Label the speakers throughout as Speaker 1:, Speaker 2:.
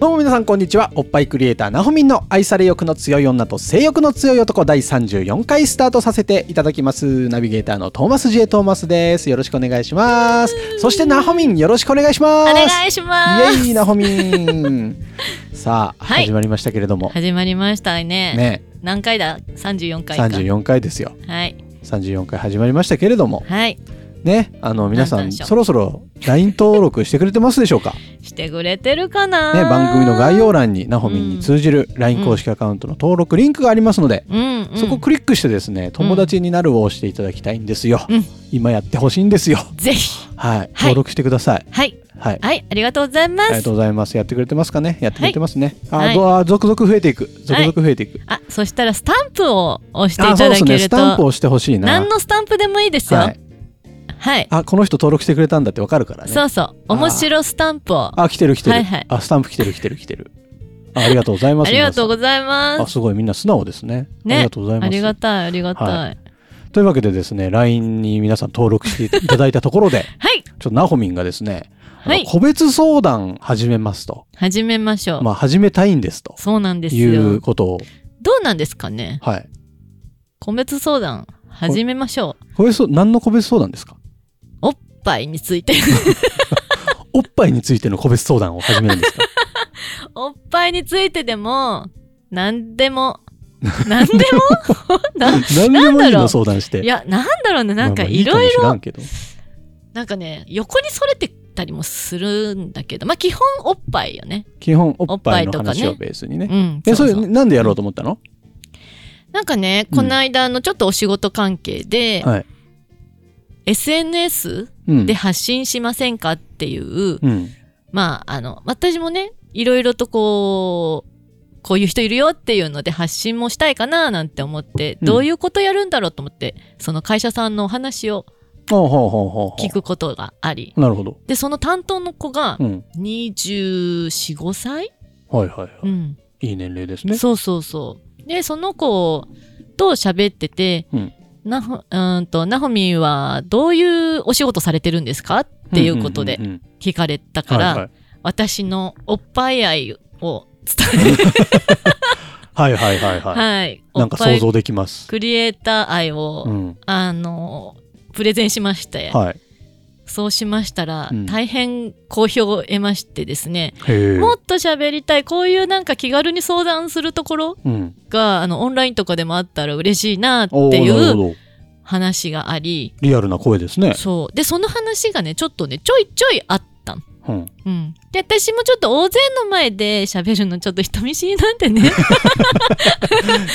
Speaker 1: どうも皆さんこんにちはおっぱいクリエイターなほみんの愛され欲の強い女と性欲の強い男第34回スタートさせていただきますナビゲーターのトーマス J トーマスですよろしくお願いしますそしてなほみんよろしくお願いします
Speaker 2: お願いします。
Speaker 1: イエイなほみ んさあ、
Speaker 2: はい
Speaker 1: 始まりましたけれども
Speaker 2: 始まりましたね。
Speaker 1: ね
Speaker 2: 何回だ？34回か。
Speaker 1: 34回ですよ
Speaker 2: はい
Speaker 1: 34回始まりましたけれども
Speaker 2: はい
Speaker 1: ねあの皆さ
Speaker 2: なんんでしょう
Speaker 1: そろそろ LINE 登録してくれてますでしょうか
Speaker 2: してくれてるかな？
Speaker 1: ね番組の概要欄になほみんに通じる LINE 公式アカウントの登録リンクがありますので
Speaker 2: うん、うん、
Speaker 1: そこクリックしてですね、友達になるを押していただきたいんですよ。
Speaker 2: うん
Speaker 1: 今やってほしいんですよ。
Speaker 2: ぜひ
Speaker 1: はい、登録してください。
Speaker 2: はい
Speaker 1: はい。
Speaker 2: はいありがとうございま
Speaker 1: ありが
Speaker 2: す
Speaker 1: と。うございます。やってくれてますかね。やってくれてますね。
Speaker 2: はい
Speaker 1: あ、どうあ、続々増えていく。続々増えていく。
Speaker 2: あそしたらスタンプを押して
Speaker 1: あ、
Speaker 2: い
Speaker 1: そ
Speaker 2: た
Speaker 1: うで
Speaker 2: だ
Speaker 1: す
Speaker 2: け
Speaker 1: ね。
Speaker 2: る
Speaker 1: ス
Speaker 2: と、
Speaker 1: タンプを押してほしいな。
Speaker 2: 何のスタンプでもいいですよ。
Speaker 1: は
Speaker 2: はいい、。
Speaker 1: あ、この人登録してくれたんだってわかるからね。
Speaker 2: そうそう面白スタンプをあ
Speaker 1: あ、来てる来てる。
Speaker 2: はいはい
Speaker 1: あ、スタンプ来てる来てる来てる。あありがとうございます。
Speaker 2: りがとうござい
Speaker 1: 皆さん
Speaker 2: ま
Speaker 1: あ、
Speaker 2: す。
Speaker 1: すごいみんな素直ですね。
Speaker 2: ね
Speaker 1: ありがとうござい
Speaker 2: あ
Speaker 1: ま
Speaker 2: りが
Speaker 1: す。
Speaker 2: たいありがたい。
Speaker 1: は
Speaker 2: はいい、
Speaker 1: というわけでですね、LINE に皆さん登録していただいたところで、ちょっとナホミンがですね、あの
Speaker 2: はい
Speaker 1: 個別相談始めますと、
Speaker 2: 始めましょう。
Speaker 1: まあ始めたいんですと
Speaker 2: そうなんです
Speaker 1: いう
Speaker 2: よ。
Speaker 1: ことを、
Speaker 2: どうなんですかね。
Speaker 1: はい。
Speaker 2: 個別相談始めましょう。
Speaker 1: 個別相何の個別相談ですか
Speaker 2: おっぱいについて
Speaker 1: おっぱいについての個別相談を始めるんですか
Speaker 2: おっぱいについてでも何でも何でも な
Speaker 1: 何でもいい
Speaker 2: なんだろ
Speaker 1: の
Speaker 2: う
Speaker 1: 相談して。
Speaker 2: いやなんだろうね
Speaker 1: まあ、
Speaker 2: なんか
Speaker 1: まあ
Speaker 2: いろ
Speaker 1: かも
Speaker 2: い
Speaker 1: しら
Speaker 2: ろ
Speaker 1: んけど
Speaker 2: なんかね横にそれてたりもするんだけどまあ基本おっぱいよね
Speaker 1: 基本おっぱいの
Speaker 2: おっぱい
Speaker 1: 話
Speaker 2: とか
Speaker 1: を
Speaker 2: ね
Speaker 1: ベースにね。
Speaker 2: うん
Speaker 1: え、
Speaker 2: そ
Speaker 1: そうれ
Speaker 2: そう
Speaker 1: なんでやろうと思ったの、
Speaker 2: なんかね
Speaker 1: うん
Speaker 2: この間のちょっとお仕事関係で、
Speaker 1: はい。
Speaker 2: SNS
Speaker 1: うん。
Speaker 2: で発信しませんかっていう、
Speaker 1: うん。
Speaker 2: まああの私もねいろいろとこうこういう人いるよっていうので発信もしたいかななんて思って、
Speaker 1: うん
Speaker 2: どういうことやるんだろうと思ってその会社さんのお話を
Speaker 1: ほうほうほうほうほう
Speaker 2: 聞くことがあり
Speaker 1: なるほど。
Speaker 2: でその担当の子が
Speaker 1: うん。
Speaker 2: 245歳、
Speaker 1: はいはいは
Speaker 2: う
Speaker 1: い。
Speaker 2: ん
Speaker 1: いい年齢ですね。
Speaker 2: そうそうそうでその子と喋ってて、
Speaker 1: うん
Speaker 2: なほうーんとなほみんはどういうお仕事されてるんですかっていうことで
Speaker 1: んうんうん
Speaker 2: 聞かれたから、
Speaker 1: はい
Speaker 2: 私のおっぱい愛を伝える、
Speaker 1: はいはいはいはいは
Speaker 2: はい、
Speaker 1: い。なんか
Speaker 2: お
Speaker 1: 想
Speaker 2: っぱい
Speaker 1: 像できます。
Speaker 2: クリエイター愛を、
Speaker 1: うん。
Speaker 2: あのプレゼンしまして、
Speaker 1: はい。
Speaker 2: そうしましたら、
Speaker 1: うん
Speaker 2: 大変好評を得ましてですね、
Speaker 1: へえ。
Speaker 2: もっと喋りたいこういうなんか気軽に相談するところ
Speaker 1: うん。
Speaker 2: があのオンラインとかでもあったら嬉しいなって
Speaker 1: おー
Speaker 2: い
Speaker 1: なるほ
Speaker 2: う
Speaker 1: ど
Speaker 2: 話があり
Speaker 1: リアルな声ですね。
Speaker 2: そうでその話がねちょっとねちょいちょいあったん
Speaker 1: うん、
Speaker 2: うん、で私もちょっと大勢の前で喋るのちょっと人見知りなんでね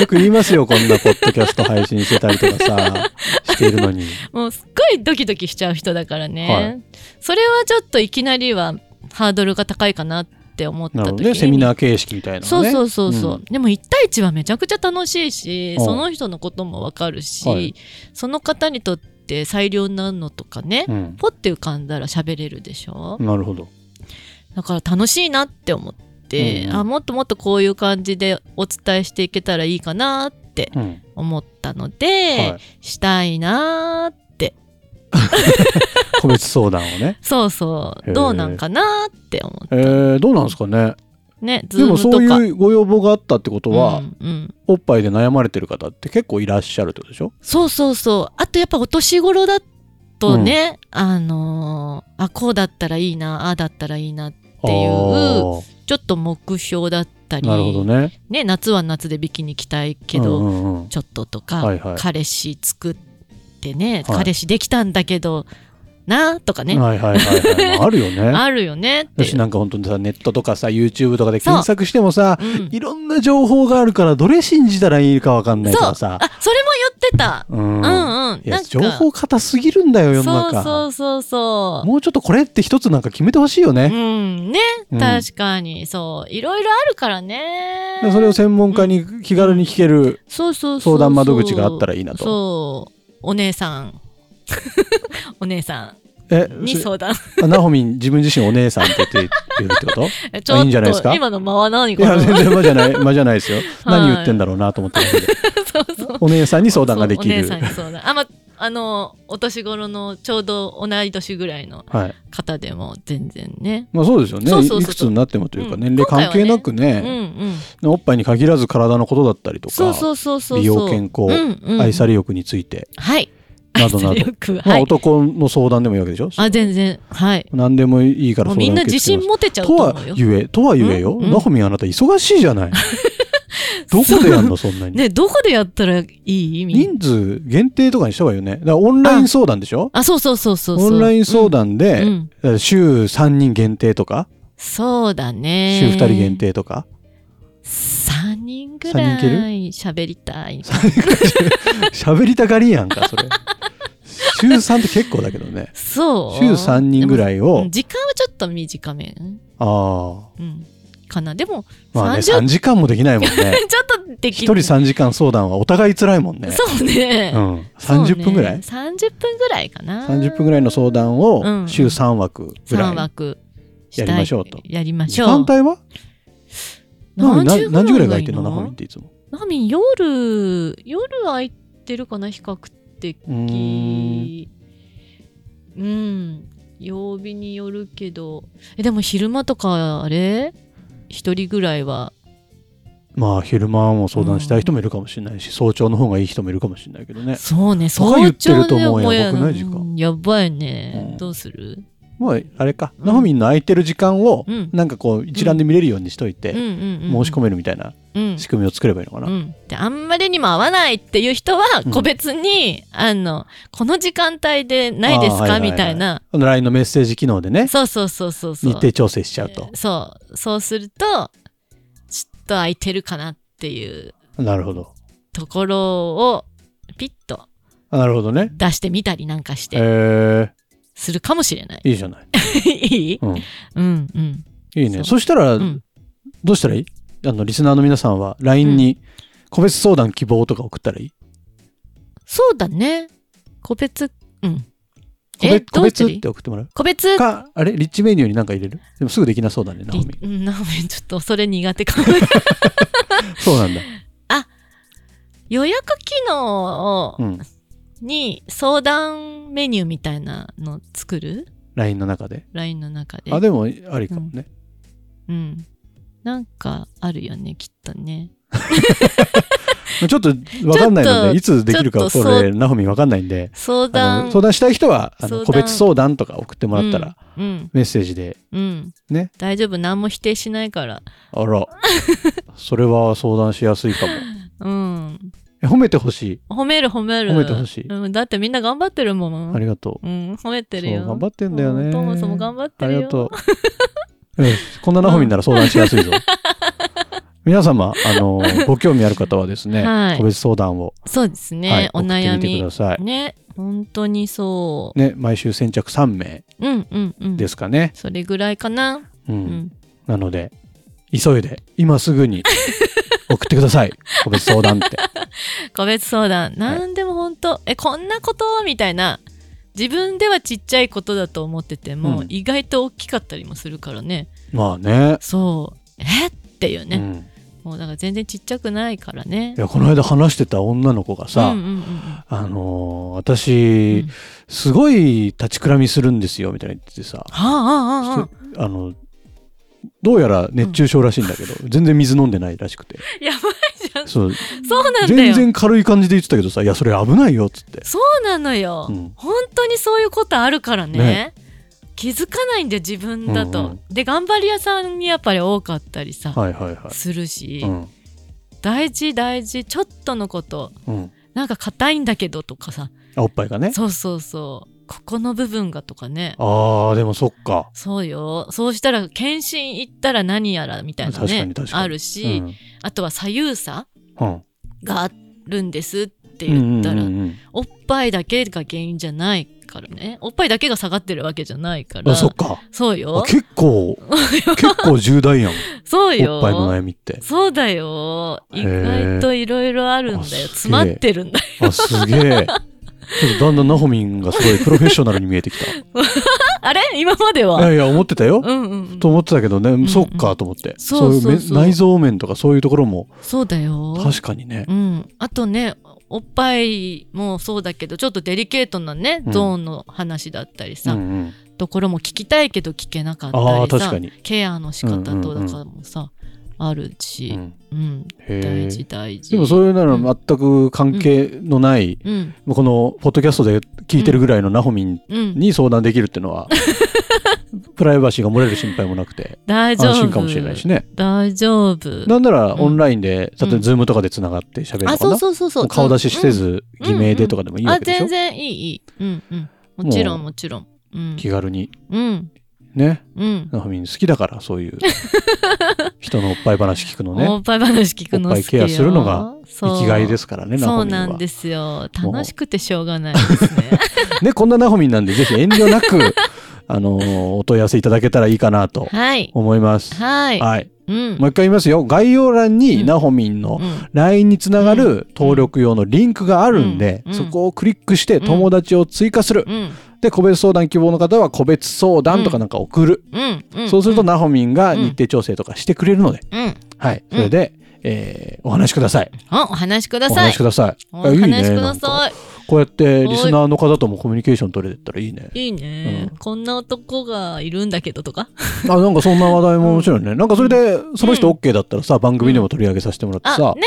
Speaker 1: よく言いますよ、こんなポッドキャスト配信してたりとか さ、しているのに。
Speaker 2: もうすっごいドキドキしちゃう人だからね、それはちょっといきなりはハードルが高いかなって思った
Speaker 1: なるほ
Speaker 2: 時
Speaker 1: ど
Speaker 2: に、
Speaker 1: ね、セミナー形式みたいなのね。
Speaker 2: そうそうそうそう、
Speaker 1: うん
Speaker 2: でも1対1はめちゃくちゃ楽しいし
Speaker 1: うん
Speaker 2: その人のこともわかるし、
Speaker 1: はい
Speaker 2: その方にとって最良なのとかね、
Speaker 1: うん
Speaker 2: ポッて浮かんだら喋れるでしょ、
Speaker 1: なるほど。
Speaker 2: だから楽しいなって思って、
Speaker 1: うん
Speaker 2: あもっともっとこういう感じでお伝えしていけたらいいかなって
Speaker 1: うん。
Speaker 2: 思ったので、
Speaker 1: はい。
Speaker 2: したいなーって
Speaker 1: 個別相談をね。
Speaker 2: そうそ
Speaker 1: へー
Speaker 2: うどうなんかなーって思
Speaker 1: えー、どうなんですかね。
Speaker 2: うねズ
Speaker 1: で
Speaker 2: ー
Speaker 1: も
Speaker 2: ムと
Speaker 1: そう
Speaker 2: か
Speaker 1: いうご要望があったってことは、
Speaker 2: うんうん
Speaker 1: おっぱいで悩まれてる方って結構いらっしゃるってことでしょ
Speaker 2: そうそうそうあとやっぱお年頃だとね、あのーあこうだったらいいなああだったらいいな
Speaker 1: って
Speaker 2: いうちょっと目標だったり
Speaker 1: なるほどね。
Speaker 2: ね夏は夏でビキニ着たいけど、
Speaker 1: うんうんうん
Speaker 2: ちょっととか、
Speaker 1: はいはい
Speaker 2: 彼氏作ってね、
Speaker 1: はい
Speaker 2: 彼氏できたんだけどなとかね、
Speaker 1: はいはいはい、はい、あるよね
Speaker 2: あるよねってい
Speaker 1: 私
Speaker 2: う。
Speaker 1: なんか本当にさネットとかさ YouTube とかで検索してもさ
Speaker 2: うん
Speaker 1: いろんな情報があるからどれ信じたらいいかわかんないか
Speaker 2: そう
Speaker 1: らさ
Speaker 2: あそれも言ってた。
Speaker 1: う
Speaker 2: うんんうん。
Speaker 1: い
Speaker 2: な
Speaker 1: や
Speaker 2: んか
Speaker 1: 情報過多すぎるんだよ世の中
Speaker 2: そうそうそうそう。
Speaker 1: もうちょっとこれって一つなんか決めてほしいよ
Speaker 2: う
Speaker 1: ね、
Speaker 2: んね、
Speaker 1: うん
Speaker 2: 確かにそういろいろあるからね
Speaker 1: でそれを専門家に気軽に聞ける、
Speaker 2: そうそうそ
Speaker 1: 相
Speaker 2: う
Speaker 1: 談窓口があったらいいなと
Speaker 2: そうお姉さん お姉さ
Speaker 1: え
Speaker 2: んに
Speaker 1: そ
Speaker 2: 相談
Speaker 1: あナホミン自分自身お姉さんって言って言うってこと い
Speaker 2: ちょ
Speaker 1: いいんじゃないで
Speaker 2: っ
Speaker 1: すか
Speaker 2: と今の間は何か
Speaker 1: や
Speaker 2: な
Speaker 1: 全然間じゃない間じゃないですよ、
Speaker 2: はい
Speaker 1: 何言ってんだろうなと思っただけで
Speaker 2: そうそう
Speaker 1: お姉さんに相談ができる
Speaker 2: そうお姉さんに相談あまあのお年頃のちょうど同い年ぐらいの
Speaker 1: はい
Speaker 2: 方でも全然ね
Speaker 1: まあそうですよね
Speaker 2: そうそうそうそう
Speaker 1: いくつになってもというか、
Speaker 2: うん
Speaker 1: 年齢関係なく
Speaker 2: う
Speaker 1: ね
Speaker 2: んうん
Speaker 1: おっぱいに限らず体のことだったりとか
Speaker 2: そうそうそうそうそう
Speaker 1: 美容健康
Speaker 2: うんうん
Speaker 1: 愛され欲について、
Speaker 2: はい
Speaker 1: などなど
Speaker 2: 愛され欲
Speaker 1: ま
Speaker 2: は
Speaker 1: あ、
Speaker 2: い
Speaker 1: 男の相談でもいいわけでしょ
Speaker 2: あ全然はい
Speaker 1: 何でもいいから
Speaker 2: もう
Speaker 1: 相談
Speaker 2: みんな
Speaker 1: 受け
Speaker 2: 自
Speaker 1: 付け
Speaker 2: 信
Speaker 1: ます
Speaker 2: 持てちゃうと
Speaker 1: と
Speaker 2: 思
Speaker 1: は
Speaker 2: うよ。
Speaker 1: ゆえ、とはゆえよ、
Speaker 2: うん
Speaker 1: ナホミンあなた忙しいじゃ ない。どこでやんの、そんなに。
Speaker 2: ねどこでやったらいい意味
Speaker 1: 人数限定とかにした方がいいよね。だからオンライン相談でしょ
Speaker 2: あそうそうそうそうそ
Speaker 1: オ
Speaker 2: う
Speaker 1: ンライン相談
Speaker 2: うん、
Speaker 1: で、
Speaker 2: うん
Speaker 1: だから週3人限定とか、
Speaker 2: そうだね
Speaker 1: 週2人限定とか、
Speaker 2: 3人ぐ
Speaker 1: 三
Speaker 2: ら
Speaker 1: 人いける
Speaker 2: い喋りたい
Speaker 1: 喋りたがりやんか、それ。週3って結構だけどね。
Speaker 2: そう
Speaker 1: 週3人ぐらいを
Speaker 2: でもうん時間はちょっと短め、
Speaker 1: ああ。
Speaker 2: うん、かなでも
Speaker 1: まあね、
Speaker 2: 30
Speaker 1: 3時間もできないもんね。
Speaker 2: ちょっとで
Speaker 1: 1
Speaker 2: き
Speaker 1: 人3時間相談はお互い辛いもんね。
Speaker 2: そうね、
Speaker 1: うん。30分ぐらい
Speaker 2: そうね、30分ぐらいかな
Speaker 1: ?30 分ぐらいの相談
Speaker 2: う
Speaker 1: を
Speaker 2: ん
Speaker 1: 週3枠ぐらい。
Speaker 2: 3枠たい
Speaker 1: やりましょうと
Speaker 2: やりまし
Speaker 1: 時
Speaker 2: ょう
Speaker 1: 間帯は
Speaker 2: 何
Speaker 1: な
Speaker 2: 時
Speaker 1: 何時ぐらいが空
Speaker 2: がい
Speaker 1: い
Speaker 2: い
Speaker 1: てん
Speaker 2: の
Speaker 1: のナホミンっていつも。
Speaker 2: ナミン夜夜空いてるかな比較的
Speaker 1: うーん
Speaker 2: うん曜日によるけどえでも昼間とかあれ一人ぐらいは
Speaker 1: まあ昼間も相談したい人もいるかもしれないし、早朝の方がいい人もいるかもしれないけどね
Speaker 2: そうね
Speaker 1: とか言
Speaker 2: 早
Speaker 1: ってる
Speaker 2: 朝
Speaker 1: と
Speaker 2: で
Speaker 1: もう
Speaker 2: も
Speaker 1: やばくない
Speaker 2: や
Speaker 1: 時間
Speaker 2: うんやばいね、
Speaker 1: うん
Speaker 2: どうする
Speaker 1: もうあれか、
Speaker 2: うん
Speaker 1: ナホミンの空いてる時間を
Speaker 2: うん
Speaker 1: なんかこう一覧で見れるようにしといて、
Speaker 2: うんうんうん
Speaker 1: 申し込めるみたいな
Speaker 2: うん
Speaker 1: 仕組みを作ればいいのかな、
Speaker 2: うん、であんまりにも合わないっていう人は
Speaker 1: うん
Speaker 2: 個別に、あのこの時間帯でないですか、
Speaker 1: あーはいはいはい
Speaker 2: みたいな
Speaker 1: あの LINE のメッセージ機能でね
Speaker 2: そうそうそうそうそう
Speaker 1: 日程調整しちゃうと、
Speaker 2: そうそうするとちょっと空いてるかなっていう
Speaker 1: なるほど
Speaker 2: ところをピッと
Speaker 1: あなるほどね
Speaker 2: 出してみたりなんかし
Speaker 1: え
Speaker 2: て
Speaker 1: ー、
Speaker 2: するかもしれない。
Speaker 1: いいじゃない、
Speaker 2: い い
Speaker 1: うん、
Speaker 2: うんうん。
Speaker 1: いいね
Speaker 2: そう
Speaker 1: そしたら、
Speaker 2: うん
Speaker 1: どうしたらいいあのリスナーの皆さんは LINE に個別相談希望とか送ったらいい、
Speaker 2: そうだね。個別、うん。
Speaker 1: 個別個
Speaker 2: どうし
Speaker 1: 別
Speaker 2: たらい
Speaker 1: っ
Speaker 2: い
Speaker 1: て送ってもらう
Speaker 2: 個別っ
Speaker 1: か、あれリッチメニューに何か入れるでもすぐできなそうだね、ナ
Speaker 2: て
Speaker 1: ホミン。
Speaker 2: うん、なおみんちょっとそれ苦手 かも。
Speaker 1: そうなんだ。
Speaker 2: 予約機能
Speaker 1: うん。
Speaker 2: に相談メニューみたいなの作る
Speaker 1: LINE の中で。
Speaker 2: ?LINE の中で。
Speaker 1: あ、でも、ありかもね。
Speaker 2: うん。なんかあるよね、きっとね。
Speaker 1: ちょっとわかんないの
Speaker 2: ちょっと
Speaker 1: で、いつできるか
Speaker 2: ちょ
Speaker 1: こ
Speaker 2: っとそう
Speaker 1: れ、ナホミンわかんないんで、
Speaker 2: 相
Speaker 1: あ
Speaker 2: 談。
Speaker 1: の相談したい人は、あ
Speaker 2: 相
Speaker 1: の
Speaker 2: 談
Speaker 1: 個別相談とか送ってもらったら、
Speaker 2: うん、
Speaker 1: メッセージで、
Speaker 2: うん、うん。
Speaker 1: ね。
Speaker 2: 大丈夫、何も否定しないから。
Speaker 1: あ ら、それは相談しやすいかも。
Speaker 2: うん。
Speaker 1: え褒めてほし
Speaker 2: 褒める褒める。
Speaker 1: 褒めてほしい
Speaker 2: うん。だってみんな頑張ってるも
Speaker 1: い。
Speaker 2: ん。
Speaker 1: ありがとう。
Speaker 2: うん、褒めてる
Speaker 1: そ
Speaker 2: よ。
Speaker 1: う頑張ってんだよね。
Speaker 2: うんトーマスも頑張ってるよ
Speaker 1: ありがとう。うんこんなナホミンなら相談しや すいぞ。皆様、あの、ご興味ある方はですね、
Speaker 2: はい
Speaker 1: 個別相談を
Speaker 2: そうですね、
Speaker 1: はい
Speaker 2: お悩
Speaker 1: 送ってみてく
Speaker 2: み
Speaker 1: だ。さい。
Speaker 2: ね、本当にそう。
Speaker 1: ね、毎週先着3名
Speaker 2: うんうんうん。
Speaker 1: ですかね。
Speaker 2: それぐらいかな。
Speaker 1: うん。
Speaker 2: うん。
Speaker 1: なので、急いで、今す ぐに送ってください。個別相談って。
Speaker 2: 個別相談。なんでも本当、え、こんなことみたいな。自分ではちっちゃいことだと思ってても、
Speaker 1: うん
Speaker 2: 意外と大きかったりもするからね。
Speaker 1: まあね。
Speaker 2: そう。えっていう
Speaker 1: う
Speaker 2: ね。
Speaker 1: ん、
Speaker 2: もうだから全然ちっちゃくないからね
Speaker 1: い。やこの間話してた女の子がさ、
Speaker 2: うんうんうん
Speaker 1: あのー
Speaker 2: うん。
Speaker 1: 私、
Speaker 2: うん
Speaker 1: すごい立ちくらみするんですよみたいな言っててさ、
Speaker 2: はあはあはあ。
Speaker 1: あのどうやら熱中症らしいんだけど、全然水飲んでないらしく て
Speaker 2: やばいじゃん。
Speaker 1: そう
Speaker 2: そうなんだ
Speaker 1: 全
Speaker 2: よ。
Speaker 1: 然軽い感じで言ってたけどさいやそれ危ないよっつって
Speaker 2: そうなのよ、
Speaker 1: うん
Speaker 2: 本当にそういうことあるからね。
Speaker 1: ね
Speaker 2: 気づかないんだよ自分だと、
Speaker 1: うんうん
Speaker 2: で頑張り屋さんにやっぱり多かったりさ、
Speaker 1: はいはいは
Speaker 2: するし、
Speaker 1: い、うん
Speaker 2: 大事大事ちょっとのこと
Speaker 1: うん、
Speaker 2: なんか硬いんだけどとかさ
Speaker 1: あおっぱいがね
Speaker 2: そうそうそうここの部分がとかね
Speaker 1: ああでもそっか、
Speaker 2: そうよそうしたら検診行ったら何やらみたいな
Speaker 1: 確か
Speaker 2: ね
Speaker 1: に確かに
Speaker 2: ある
Speaker 1: う
Speaker 2: し、
Speaker 1: ん
Speaker 2: あとは左右差
Speaker 1: うん、
Speaker 2: があるんですって
Speaker 1: うん
Speaker 2: 言ったら、
Speaker 1: うんうんうん
Speaker 2: おっぱいだけが原因じゃないからねおっぱいだけが下がってるわけじゃないから
Speaker 1: あそっか
Speaker 2: そう
Speaker 1: あ
Speaker 2: よ
Speaker 1: 結 構結構重大やん
Speaker 2: そうよ
Speaker 1: おっぱいの悩みって
Speaker 2: そうだよ
Speaker 1: へー
Speaker 2: 意外といろいろあるん
Speaker 1: あす
Speaker 2: だ
Speaker 1: げえ
Speaker 2: よ詰まってるんだよ
Speaker 1: あすげえちょっとだんだんナホミンがすごいプロフェッショナルに見えてき
Speaker 2: あれ今まで
Speaker 1: たい
Speaker 2: は
Speaker 1: やいや思ってたよ、
Speaker 2: うんうんうん
Speaker 1: と思ってたけどね、
Speaker 2: ん
Speaker 1: そっかと思って
Speaker 2: そうそうそう
Speaker 1: いうめ内臓面とかそういうところも
Speaker 2: そうだよ
Speaker 1: 確かにね
Speaker 2: うん、あとねおっぱいもそうだけどちょっとデリケートなね
Speaker 1: うん
Speaker 2: ゾーンの話だったり
Speaker 1: う
Speaker 2: さ、
Speaker 1: んうん
Speaker 2: ところも聞きたいけど聞けなかっ
Speaker 1: ああ
Speaker 2: た
Speaker 1: 確
Speaker 2: りさ
Speaker 1: かに、
Speaker 2: ケアの仕方と
Speaker 1: うんうんうん
Speaker 2: だからもさ、ある
Speaker 1: う
Speaker 2: し、
Speaker 1: ん
Speaker 2: うん
Speaker 1: へ
Speaker 2: 大
Speaker 1: え
Speaker 2: 事大事
Speaker 1: でもそういうなら全く関係のない、
Speaker 2: うん
Speaker 1: このポッドキャストで聞いてるぐらいのナホミン
Speaker 2: うん
Speaker 1: に相談できるっていうの は、プライバシーが漏れる心配もなくて
Speaker 2: 大丈夫
Speaker 1: 安心かもしれないしね
Speaker 2: 大丈夫
Speaker 1: なんなら
Speaker 2: うん
Speaker 1: オンラインで、
Speaker 2: うん
Speaker 1: 例えば Zoom とかでつながって喋る
Speaker 2: あ
Speaker 1: のか
Speaker 2: そう
Speaker 1: な、
Speaker 2: そうそうそ
Speaker 1: も
Speaker 2: う
Speaker 1: う顔出しして
Speaker 2: うん
Speaker 1: ず偽名でとかでもいいわ
Speaker 2: あ
Speaker 1: けでしょ、
Speaker 2: 全然いいいいうんうんもちろん
Speaker 1: もう
Speaker 2: もちろんうん
Speaker 1: 気軽に
Speaker 2: うん
Speaker 1: ね
Speaker 2: うん
Speaker 1: ナホミン好きだからそういう 人のおっぱい話聞くの
Speaker 2: お
Speaker 1: ね
Speaker 2: っぱい話聞くの
Speaker 1: おっ
Speaker 2: 好きよ
Speaker 1: ぱいケアするのが生きがいですすからねナ
Speaker 2: そ
Speaker 1: ホ
Speaker 2: う
Speaker 1: ミン
Speaker 2: な
Speaker 1: は
Speaker 2: んですよ楽しくてしょうがないですね
Speaker 1: ねこんなナホミンなんでぜひ遠慮な くあのーお問い合わせいただけたらいいかなと
Speaker 2: はい
Speaker 1: 思います
Speaker 2: はい
Speaker 1: はい
Speaker 2: うん
Speaker 1: もう一回言いますよ概要欄
Speaker 2: う
Speaker 1: に
Speaker 2: ん
Speaker 1: ナホミンの
Speaker 2: うん
Speaker 1: LINE につながる登録用のリンクがあるんで、
Speaker 2: うんうん
Speaker 1: そこをクリックして友達を追加する、
Speaker 2: うん
Speaker 1: で個別相談希望の方は個別相談とかなんか送る、
Speaker 2: うんうん
Speaker 1: そうすると
Speaker 2: うん
Speaker 1: ナホミンが日程調整とかしてくれるので、
Speaker 2: うん
Speaker 1: はいそれで、えーお話しください
Speaker 2: あお話しく
Speaker 1: お
Speaker 2: ださ
Speaker 1: 話
Speaker 2: い
Speaker 1: しください
Speaker 2: お
Speaker 1: あいい
Speaker 2: 話しく
Speaker 1: な
Speaker 2: だ
Speaker 1: んか
Speaker 2: さ
Speaker 1: こうやってリスナーの方ともコミュニケーション取れてったらいいね
Speaker 2: いいいね
Speaker 1: うん
Speaker 2: こんな男がいるんだけどとか
Speaker 1: あなんかそんな話題ももちろんねなんかそれでその人
Speaker 2: うん
Speaker 1: OK だったらさ番組でも取り上げさせてもらってさ、
Speaker 2: あね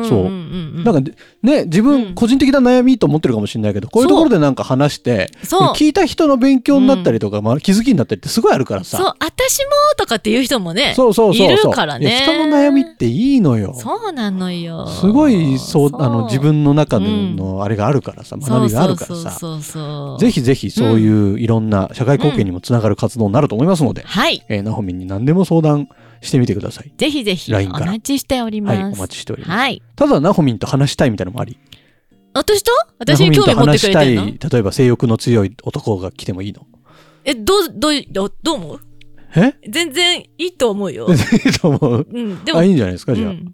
Speaker 2: うん
Speaker 1: そううん
Speaker 2: うん
Speaker 1: なんかでね自
Speaker 2: うん
Speaker 1: 分個人的な悩みと思ってるかもしれないけどこういうところでなんか話して
Speaker 2: そう
Speaker 1: 聞いた人の勉強になったりとか、まあ、気づきになったりってすごいあるからさ
Speaker 2: そう私もとかっていう人もね
Speaker 1: そうそうそうそう
Speaker 2: いるからね
Speaker 1: いや人の悩みっていいのよ
Speaker 2: そうなのよ
Speaker 1: すごいそうあの自分の中で
Speaker 2: う
Speaker 1: のあれがあるからさ、学びがあるからさ
Speaker 2: そうそうそうそう
Speaker 1: ぜひぜひそういういろんな社会貢献にもつながる活動になると思いますので、
Speaker 2: はい
Speaker 1: えー、ナホミンに何でも相談してみてください
Speaker 2: ぜひぜひお
Speaker 1: LINE から
Speaker 2: 待ちしておりま
Speaker 1: は
Speaker 2: す
Speaker 1: いお待ちしております、
Speaker 2: はい
Speaker 1: ただナホミンと話したいみたいなのもあり
Speaker 2: 私と私に興味持ってくれてる
Speaker 1: ナホ
Speaker 2: の
Speaker 1: ミンと話したい例えば性欲の強い男が来てもいいの
Speaker 2: えどうどうどうどう思う
Speaker 1: え
Speaker 2: 全然いいと思うよ
Speaker 1: と思う
Speaker 2: うんでも
Speaker 1: あいいんじゃないですか
Speaker 2: う
Speaker 1: じゃあ、
Speaker 2: ん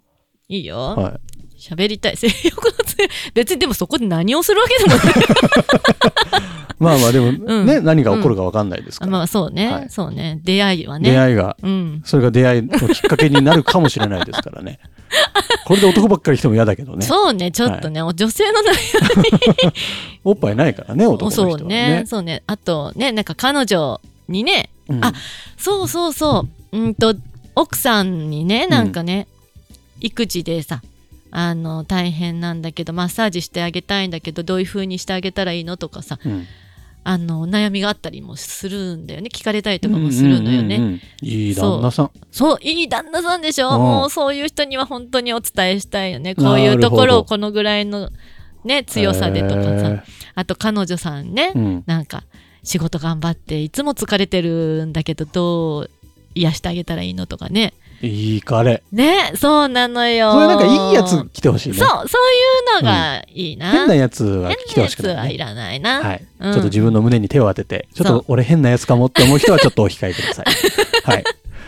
Speaker 2: いいよ
Speaker 1: はい
Speaker 2: 喋りたい性欲の強い別にでもそこで何をするわけでもない
Speaker 1: まあまあでも
Speaker 2: ん
Speaker 1: ね、何が起こるか分かんないですか
Speaker 2: あ
Speaker 1: ら、
Speaker 2: まあそうね、
Speaker 1: はい
Speaker 2: そうね出会いはね
Speaker 1: 出会いが
Speaker 2: うん
Speaker 1: それが出会いのきっかけになるかもしれないですから ねこれで男ばっかり来ても嫌だけどね
Speaker 2: そうねちょっとね、お女性の悩
Speaker 1: おっぱいないからね男の人は
Speaker 2: そうね
Speaker 1: ね
Speaker 2: そうねあとねなんか彼女にね
Speaker 1: うん
Speaker 2: あそうそうそううんと奥さんにねなんかね、育児でさあの大変なんだけどマッサージしてあげたいんだけどどういう風にしてあげたらいいのとかさ
Speaker 1: うん
Speaker 2: あの悩みがあったりもするんだよね聞かれたりとかもするのよね、
Speaker 1: うんうんうんいい旦那さん
Speaker 2: そういい旦那さんでしょ、
Speaker 1: うん
Speaker 2: もうそういう人には本当にお伝えしたいよねこういうとこ
Speaker 1: なる
Speaker 2: ろ
Speaker 1: ほ
Speaker 2: を
Speaker 1: ど
Speaker 2: このぐらいのね強さでとかさ、
Speaker 1: へ
Speaker 2: あと彼女さんね
Speaker 1: え、うん
Speaker 2: なんか仕事頑張っていつも疲れてるんだけどどう癒してあげたらいいのとかね
Speaker 1: いい彼
Speaker 2: ねそうなのよ
Speaker 1: それなんかいいやつ来てほしいね
Speaker 2: そうそういうのがいいな、
Speaker 1: 変なやつは来て
Speaker 2: 変な
Speaker 1: ほ
Speaker 2: や
Speaker 1: し
Speaker 2: つ
Speaker 1: くな、
Speaker 2: はい
Speaker 1: ね
Speaker 2: いらないな、
Speaker 1: はい、
Speaker 2: うん
Speaker 1: ちょっと自分の胸に手を当ててちょっ
Speaker 2: そう
Speaker 1: と俺変なやつかもって思う人はちょっとお控えください はい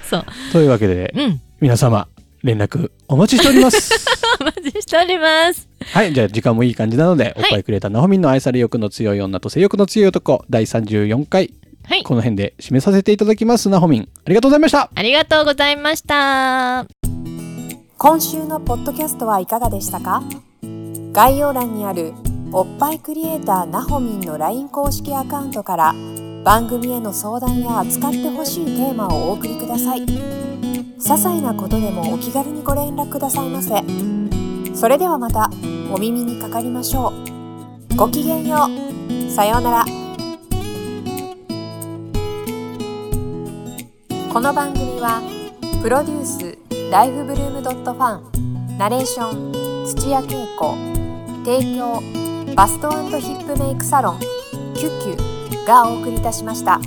Speaker 2: そう
Speaker 1: というわけで
Speaker 2: うん
Speaker 1: 皆様連絡お待ちしております
Speaker 2: お待ちしております
Speaker 1: はい、じゃあ時間もいい感じなので、おっぱいくれたナホミンの愛され欲の強い女と性欲の強い男第34回
Speaker 2: はい
Speaker 1: この辺で締めさせていただきますナホミンありがとうございました
Speaker 2: ありがとうございました
Speaker 3: 今週のポッドキャストはいかがでしたか概要欄にあるおっぱいクリエイターなほみんの LINE 公式アカウントから番組への相談や扱ってほしいテーマをお送りください些細なことでもお気軽にご連絡くださいませそれではまたお耳にかかりましょうごきげんようさようならこの番組は「プロデュースライフブルームドットファンナレーション土屋恵子提供バストヒップメイクサロン「キュッキュ」がお送りいたしました。